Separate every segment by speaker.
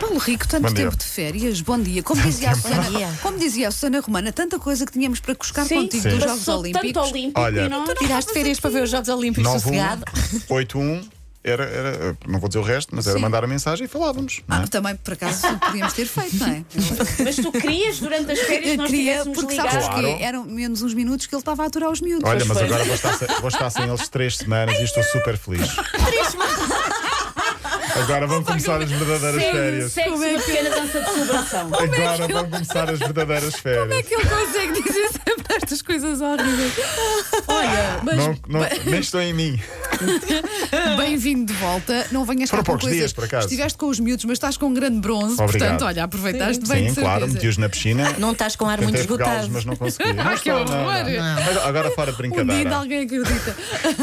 Speaker 1: Paulo Rico, tanto
Speaker 2: Bom dia.
Speaker 1: tempo de férias, bom dia. Como dizia, a Susana,
Speaker 3: dia.
Speaker 1: como dizia a Susana Romana, tanta coisa que tínhamos para cuscar contigo dos Jogos
Speaker 3: Passou tanto
Speaker 1: Olímpicos.
Speaker 3: olímpico
Speaker 2: Olha,
Speaker 3: e não...
Speaker 1: Tiraste férias para ver os Jogos Olímpicos
Speaker 2: 91 era, era, não vou dizer o resto, mas era
Speaker 1: Sim.
Speaker 2: mandar a mensagem e falávamos. não é?
Speaker 1: Ah, também, por acaso, podíamos ter feito, não é?
Speaker 3: Mas tu querias durante as férias que
Speaker 1: Eu
Speaker 3: nós
Speaker 1: queria,
Speaker 3: tivéssemos
Speaker 1: porque
Speaker 3: ligado.
Speaker 1: sabes
Speaker 2: Claro.
Speaker 1: que eram menos uns minutos que ele estava a aturar os miúdos.
Speaker 2: Olha, mas
Speaker 3: foi.
Speaker 2: agora vou estar, se- vou estar sem eles três semanas e estou super feliz. Agora vão começar as verdadeiras
Speaker 3: Segue-
Speaker 2: férias.
Speaker 3: Segue-se
Speaker 1: é
Speaker 3: uma pequena dança de celebração.
Speaker 2: Agora vão começar as verdadeiras
Speaker 4: Como é
Speaker 2: férias.
Speaker 4: que ele consegue dizer sempre estas coisas horríveis? Olha, mas
Speaker 2: Não, não- nem estou em mim.
Speaker 1: Bem-vindo de volta. Não venhas
Speaker 2: Foram
Speaker 1: cá com
Speaker 2: poucos
Speaker 1: coisas.
Speaker 2: dias, por acaso.
Speaker 1: Estiveste com os miúdos, mas estás com um grande bronze.
Speaker 2: Obrigado.
Speaker 1: Portanto, olha, aproveitaste bem
Speaker 2: Sim,
Speaker 1: de
Speaker 2: claro, um
Speaker 1: certeza.
Speaker 2: meti-os na piscina.
Speaker 5: Não estás com ar muito
Speaker 2: Tentei
Speaker 5: esgotado.
Speaker 2: pegá-los, mas não consegui. Não
Speaker 1: que
Speaker 2: estou, não,
Speaker 1: horror.
Speaker 2: não. Mas agora fora de
Speaker 1: um dia
Speaker 2: brincadeira.
Speaker 1: ainda alguém acredita.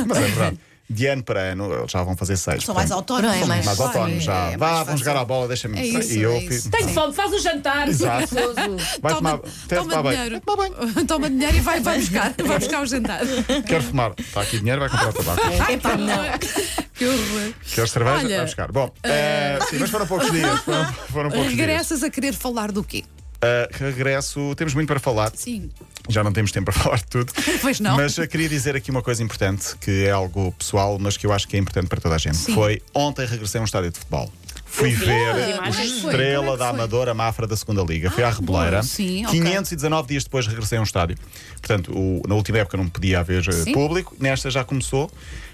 Speaker 2: Mas é verdade. De ano para ano, eles já vão fazer seis.
Speaker 1: São mais
Speaker 2: portanto,
Speaker 1: autónomos.
Speaker 5: Não é mais-
Speaker 2: mais
Speaker 1: Claro,
Speaker 2: autónomos já.
Speaker 1: é mais
Speaker 2: Vá, vão
Speaker 1: fácil.
Speaker 2: jogar à bola, deixa-me.
Speaker 1: É isso,
Speaker 2: e eu
Speaker 1: é isso.
Speaker 2: fico-
Speaker 3: Tenho fome, faz o jantar.
Speaker 2: Exato.
Speaker 3: preguiçoso.
Speaker 1: Toma,
Speaker 2: Vai tomar, tens de
Speaker 1: toma
Speaker 2: tomar banho.
Speaker 1: dinheiro. Toma dinheiro e vai, vai buscar. Vai buscar o jantar.
Speaker 2: Quero fumar. Está aqui dinheiro, vai comprar tabaco.
Speaker 5: Epá, não.
Speaker 1: Que horror.
Speaker 2: Quero cerveja,
Speaker 1: Olha,
Speaker 2: vai buscar. Bom, eh, sim, mas foram poucos dias. Foram, foram poucos dias.
Speaker 1: Regressas a querer falar do quê?
Speaker 2: Eh, regresso, temos muito para falar.
Speaker 1: Sim.
Speaker 2: Já não temos tempo para falar de tudo.
Speaker 1: Pois não.
Speaker 2: Mas eu queria dizer aqui uma coisa importante, que é algo pessoal, mas que eu acho que é importante para toda a gente. Foi ontem regressei a um estádio de futebol. Fui
Speaker 3: as
Speaker 2: ver o
Speaker 3: imagens.
Speaker 1: Como é que Uhum. foi?
Speaker 2: Estrela
Speaker 1: Como é que foi?
Speaker 2: da
Speaker 1: Ah,
Speaker 2: Amadora Mafra da segunda Liga. Fui à Reboleira.
Speaker 1: boa, sim, ok.
Speaker 2: 519 dias depois regressei a um estádio. Portanto, o- na última época não podia haver eh, público, nesta já começou.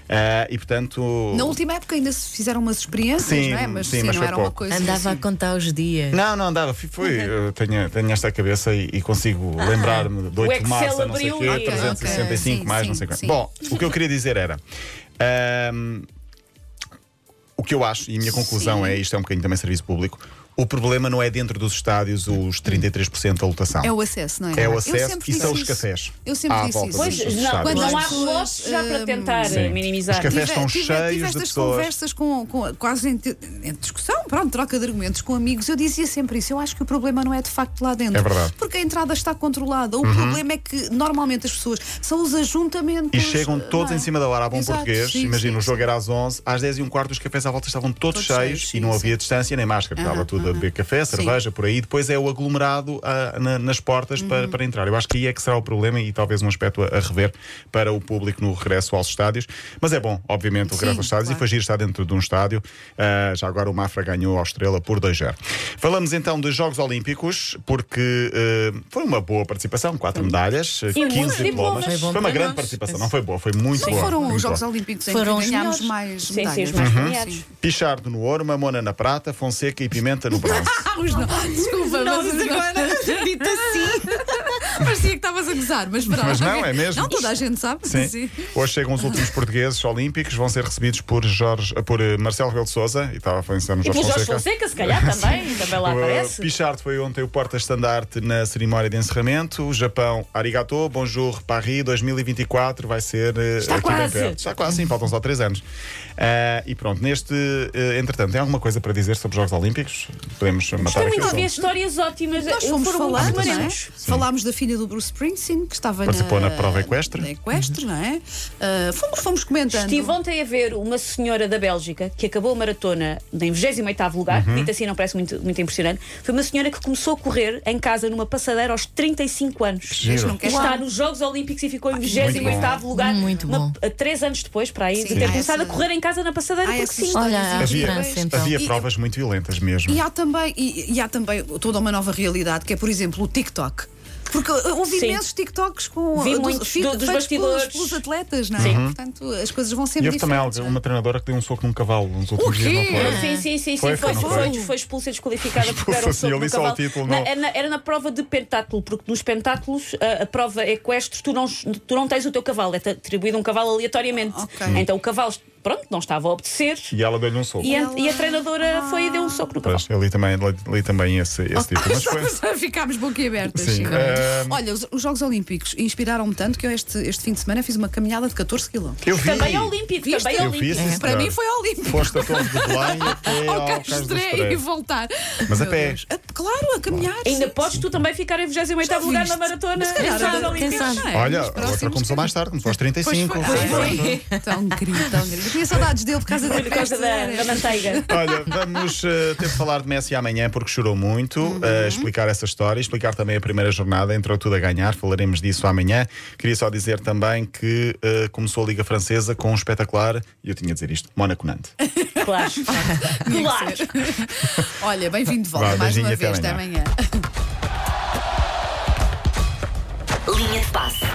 Speaker 2: eh, e portanto.
Speaker 1: Na última época ainda se fizeram umas experiências,
Speaker 2: Sim,
Speaker 1: não é? Mas
Speaker 2: sim,
Speaker 1: sim,
Speaker 2: mas
Speaker 1: não
Speaker 2: foi
Speaker 1: era uma
Speaker 2: pouco.
Speaker 1: coisa.
Speaker 5: Andava a
Speaker 1: assim.
Speaker 5: contar os dias.
Speaker 2: Não, não andava. Fui, fui, eh, tenho, tenho esta cabeça e, e consigo lembrar-me de 8 de
Speaker 3: Excel
Speaker 2: março, a não sei
Speaker 3: abriu
Speaker 2: quê,
Speaker 3: e-
Speaker 2: 365
Speaker 1: Ok,
Speaker 2: mais
Speaker 1: sim,
Speaker 2: não sei quanto.
Speaker 1: sim.
Speaker 2: Bom, o que eu queria dizer era. ahm, o que eu acho, e a minha conclusão é, isto é um bocadinho também serviço público, o problema não é dentro dos estádios os 33% da lotação.
Speaker 1: É o acesso, não é?
Speaker 2: É o
Speaker 1: Eu
Speaker 2: acesso
Speaker 1: sempre
Speaker 2: e
Speaker 1: disse
Speaker 2: são os
Speaker 1: isso.
Speaker 2: cafés.
Speaker 1: Eu sempre
Speaker 2: À
Speaker 1: disse
Speaker 2: volta
Speaker 1: isso.
Speaker 2: dos-
Speaker 3: Pois,
Speaker 2: dos
Speaker 3: não,
Speaker 2: estádios.
Speaker 3: quando não há
Speaker 1: Quando as
Speaker 3: relógios já
Speaker 1: pessoas, hum,
Speaker 3: para tentar
Speaker 2: Sim.
Speaker 3: eh, minimizar.
Speaker 2: Os cafés-
Speaker 1: Tive-
Speaker 2: estão
Speaker 1: tive,
Speaker 2: cheios
Speaker 1: tive
Speaker 2: de
Speaker 1: estas
Speaker 2: pessoas.
Speaker 1: conversas com, com- quase em, em discussão, pronto, troca de argumentos com amigos. Eu dizia sempre isso. Eu acho que o problema não é de facto lá dentro.
Speaker 2: É verdade. Uhum.
Speaker 1: Porque a entrada está controlada. O problema é que normalmente as pessoas são os ajuntamentos.
Speaker 2: E chegam todos
Speaker 1: não é?
Speaker 2: em cima da hora, a bom
Speaker 1: Exato,
Speaker 2: português.
Speaker 1: sim,
Speaker 2: Imagina,
Speaker 1: sim,
Speaker 2: o jogo era às 11, às 10 e um quarto os cafés à volta estavam todos,
Speaker 1: Todos
Speaker 2: cheios
Speaker 1: cheios,
Speaker 2: e não
Speaker 1: sim,
Speaker 2: havia distância nem máscara. Estava tudo a beber café, cerveja, por aí. Depois é o aglomerado ah, na- nas portas para,
Speaker 1: Uhum.
Speaker 2: para entrar. Eu acho que aí é que será o problema e talvez um aspecto a, a rever para o público no regresso aos estádios. Mas é bom, obviamente, o regresso
Speaker 1: Sim,
Speaker 2: aos estádios
Speaker 1: claro.
Speaker 2: e foi giro estar dentro de um estádio. Ah, já agora o Mafra ganhou a Estrela por 2-0. Falamos então dos Jogos Olímpicos, porque eh, foi uma boa participação, quatro medalhas, eh,
Speaker 3: Sim,
Speaker 2: 15 diplomas.
Speaker 3: muitos diplomas. Foi
Speaker 5: bom
Speaker 2: Foi uma
Speaker 5: para
Speaker 2: grande
Speaker 5: nós.
Speaker 2: participação, não foi boa, foi muito
Speaker 1: Não
Speaker 2: boa.
Speaker 1: foram
Speaker 2: muito
Speaker 1: os Jogos
Speaker 2: boa.
Speaker 1: Olímpicos em
Speaker 5: Foram
Speaker 1: que
Speaker 5: os
Speaker 1: ganhámos
Speaker 5: melhores.
Speaker 1: mais
Speaker 3: Sim, sim,
Speaker 1: medalhas.
Speaker 3: os mais
Speaker 1: não é?
Speaker 3: premiados.
Speaker 1: Sim.
Speaker 2: Pichardo no ouro, Mamona na prata, Fonseca e Pimenta no bronze.
Speaker 1: Ah, os não. Desculpa, mas os agora dito assim. Parecia que estavas a gozar, mas pronto.
Speaker 2: Mas não, é mesmo.
Speaker 1: Não, toda a gente sabe.
Speaker 2: Sim. Hoje chegam os últimos portugueses olímpicos, vão ser recebidos por, Jorge, por eh, Marcelo Rebelo de Souza, e estava a pensar no
Speaker 3: E
Speaker 2: Jorge
Speaker 3: pelo Jorge
Speaker 2: Fonseca.
Speaker 3: Fonseca, se calhar, também. Também lá
Speaker 2: O
Speaker 3: aparece.
Speaker 2: Pichard foi ontem o porta-estandarte na cerimónia de encerramento. O Japão, arigato, bonjour, Paris 2024 vai ser eh,
Speaker 3: Está
Speaker 2: aqui bem
Speaker 3: quase.
Speaker 2: perto. Está quase, sim, faltam só três anos. Ah, e pronto, neste, eh, entretanto, tem alguma coisa para dizer sobre os Jogos Olímpicos? Podemos matar
Speaker 3: Estão
Speaker 2: aqui
Speaker 3: é muito
Speaker 2: o
Speaker 3: a ver
Speaker 2: assunto.
Speaker 3: histórias ótimas.
Speaker 1: Nós fomos
Speaker 3: Foram
Speaker 1: falar,
Speaker 3: muito
Speaker 1: não é?
Speaker 3: marcantes.
Speaker 1: Falámos da filha do Bruce Springsteen, que estava
Speaker 2: Participou
Speaker 1: na,
Speaker 2: na prova equestre.
Speaker 1: na equestre, não é? Ah, fomos, fomos comentando.
Speaker 3: Uhum. Estive ontem a ver uma senhora da Bélgica que acabou a maratona em 28 lugar,
Speaker 2: Uhum.
Speaker 3: dito assim não parece muito, muito impressionante. Foi uma senhora que começou a correr em casa numa passadeira aos 35 anos.
Speaker 2: Giro. Ah,
Speaker 1: Mas não quer
Speaker 3: Está nos Jogos Olímpicos e ficou em 28
Speaker 2: bom.
Speaker 3: lugar.
Speaker 5: Muito
Speaker 3: uma-
Speaker 5: bom.
Speaker 3: a Três anos depois, para aí,
Speaker 1: Sim.
Speaker 3: de ter
Speaker 1: Sim.
Speaker 3: começado a correr em casa na passadeira,
Speaker 1: Ah,
Speaker 3: porque
Speaker 1: essa
Speaker 3: sim.
Speaker 1: história.
Speaker 5: Olha, há
Speaker 1: Havia-
Speaker 5: esperança então.
Speaker 2: Havia
Speaker 1: E-
Speaker 2: provas muito violentas mesmo.
Speaker 1: é. E há, também, e, e há também toda uma nova realidade, que é, por exemplo, o TikTok. Porque uh, houve
Speaker 3: Sim.
Speaker 1: imensos TikToks com
Speaker 3: Vi
Speaker 1: uh,
Speaker 3: muitos
Speaker 1: fi-
Speaker 3: do- dos
Speaker 1: feitos pelos,
Speaker 3: bastidores.
Speaker 1: pelos atletas, não é? Portanto, as coisas vão ser
Speaker 2: E houve também
Speaker 1: diferentes.
Speaker 2: alguém- uma treinadora que deu um soco num cavalo nos últimos
Speaker 1: quê?
Speaker 2: dias, não foi?
Speaker 3: Sim, sim, sim, sim,
Speaker 2: Foi,
Speaker 3: foi,
Speaker 2: foi,
Speaker 3: foi,
Speaker 2: não
Speaker 3: foi,
Speaker 2: foi?
Speaker 3: expulsa e desqualificada porque era um
Speaker 2: Expulsa-se,
Speaker 3: soco
Speaker 2: eu li
Speaker 3: no
Speaker 2: só o
Speaker 3: cavalo.
Speaker 2: título,
Speaker 3: Na-
Speaker 2: não.
Speaker 3: era, na, era na prova de pentáculo, porque nos pentáculos a, a prova é equestre, tu não, tu não tens o teu cavalo, é-te atribuído um cavalo aleatoriamente.
Speaker 1: Ok.
Speaker 3: Então o cavalo, pronto, não estava a obedecer
Speaker 2: Hum. E ela deu-lhe um soco.
Speaker 3: e a, e a treinadora
Speaker 1: Ah.
Speaker 3: foi e deu um soco no cavalo.
Speaker 2: Pois, eu li também, li, li também esse, esse título. Mas foi,
Speaker 1: é? Ficámos boquiabertas.
Speaker 2: Sim,
Speaker 1: sim.
Speaker 2: eh,
Speaker 1: Olha, os, os Jogos Olímpicos inspiraram-me tanto que eu este, este fim de semana fiz uma caminhada de 14 km.
Speaker 2: eu vi.
Speaker 3: Também é olímpico,
Speaker 1: Viste?
Speaker 3: também é
Speaker 2: Eu vi,
Speaker 3: olímpico.
Speaker 2: sim,
Speaker 1: Para
Speaker 2: senhora.
Speaker 1: mim foi olímpico.
Speaker 2: Foste a Torre de Belém até ao
Speaker 1: ao Castro
Speaker 2: Castro
Speaker 1: Estrela e
Speaker 2: Estreia.
Speaker 1: voltar.
Speaker 2: Mas é. a
Speaker 1: Meu
Speaker 2: pé.
Speaker 1: Deus. A- Claro, a caminhar.
Speaker 3: Ainda
Speaker 1: sim.
Speaker 3: podes tu também ficar em 28
Speaker 1: Já
Speaker 3: º lugar na
Speaker 1: viste?
Speaker 3: maratona.
Speaker 1: Mas se calhar,
Speaker 3: Sabe,
Speaker 1: agora-
Speaker 3: Olímpia?
Speaker 5: quem sabe?
Speaker 1: Não é?
Speaker 2: Olha,
Speaker 1: Nos
Speaker 2: a outra
Speaker 1: próximos
Speaker 2: começou mais tarde, começou aos 35.
Speaker 1: Pois
Speaker 2: foi-
Speaker 1: foi. Ai, Tão querido, tão querido. Eu Tinha saudades dele por causa da
Speaker 3: Por causa
Speaker 1: festa.
Speaker 3: da, da manteiga.
Speaker 2: Olha, vamos eh, ter de falar de Messi amanhã porque chorou muito, eh, explicar essa história, explicar também a primeira jornada, entrou tudo a ganhar, falaremos disso amanhã. Queria só dizer também que eh, começou a Liga Francesa com um espetacular, e eu tinha a dizer isto, Mónaco Nantes.
Speaker 3: Claro. claro.
Speaker 1: Olha, bem-vindo de volta
Speaker 2: Vá,
Speaker 1: mais uma
Speaker 2: beijinho, até
Speaker 1: vez. Até
Speaker 2: amanhã.
Speaker 1: amanhã.
Speaker 6: Linha de passe.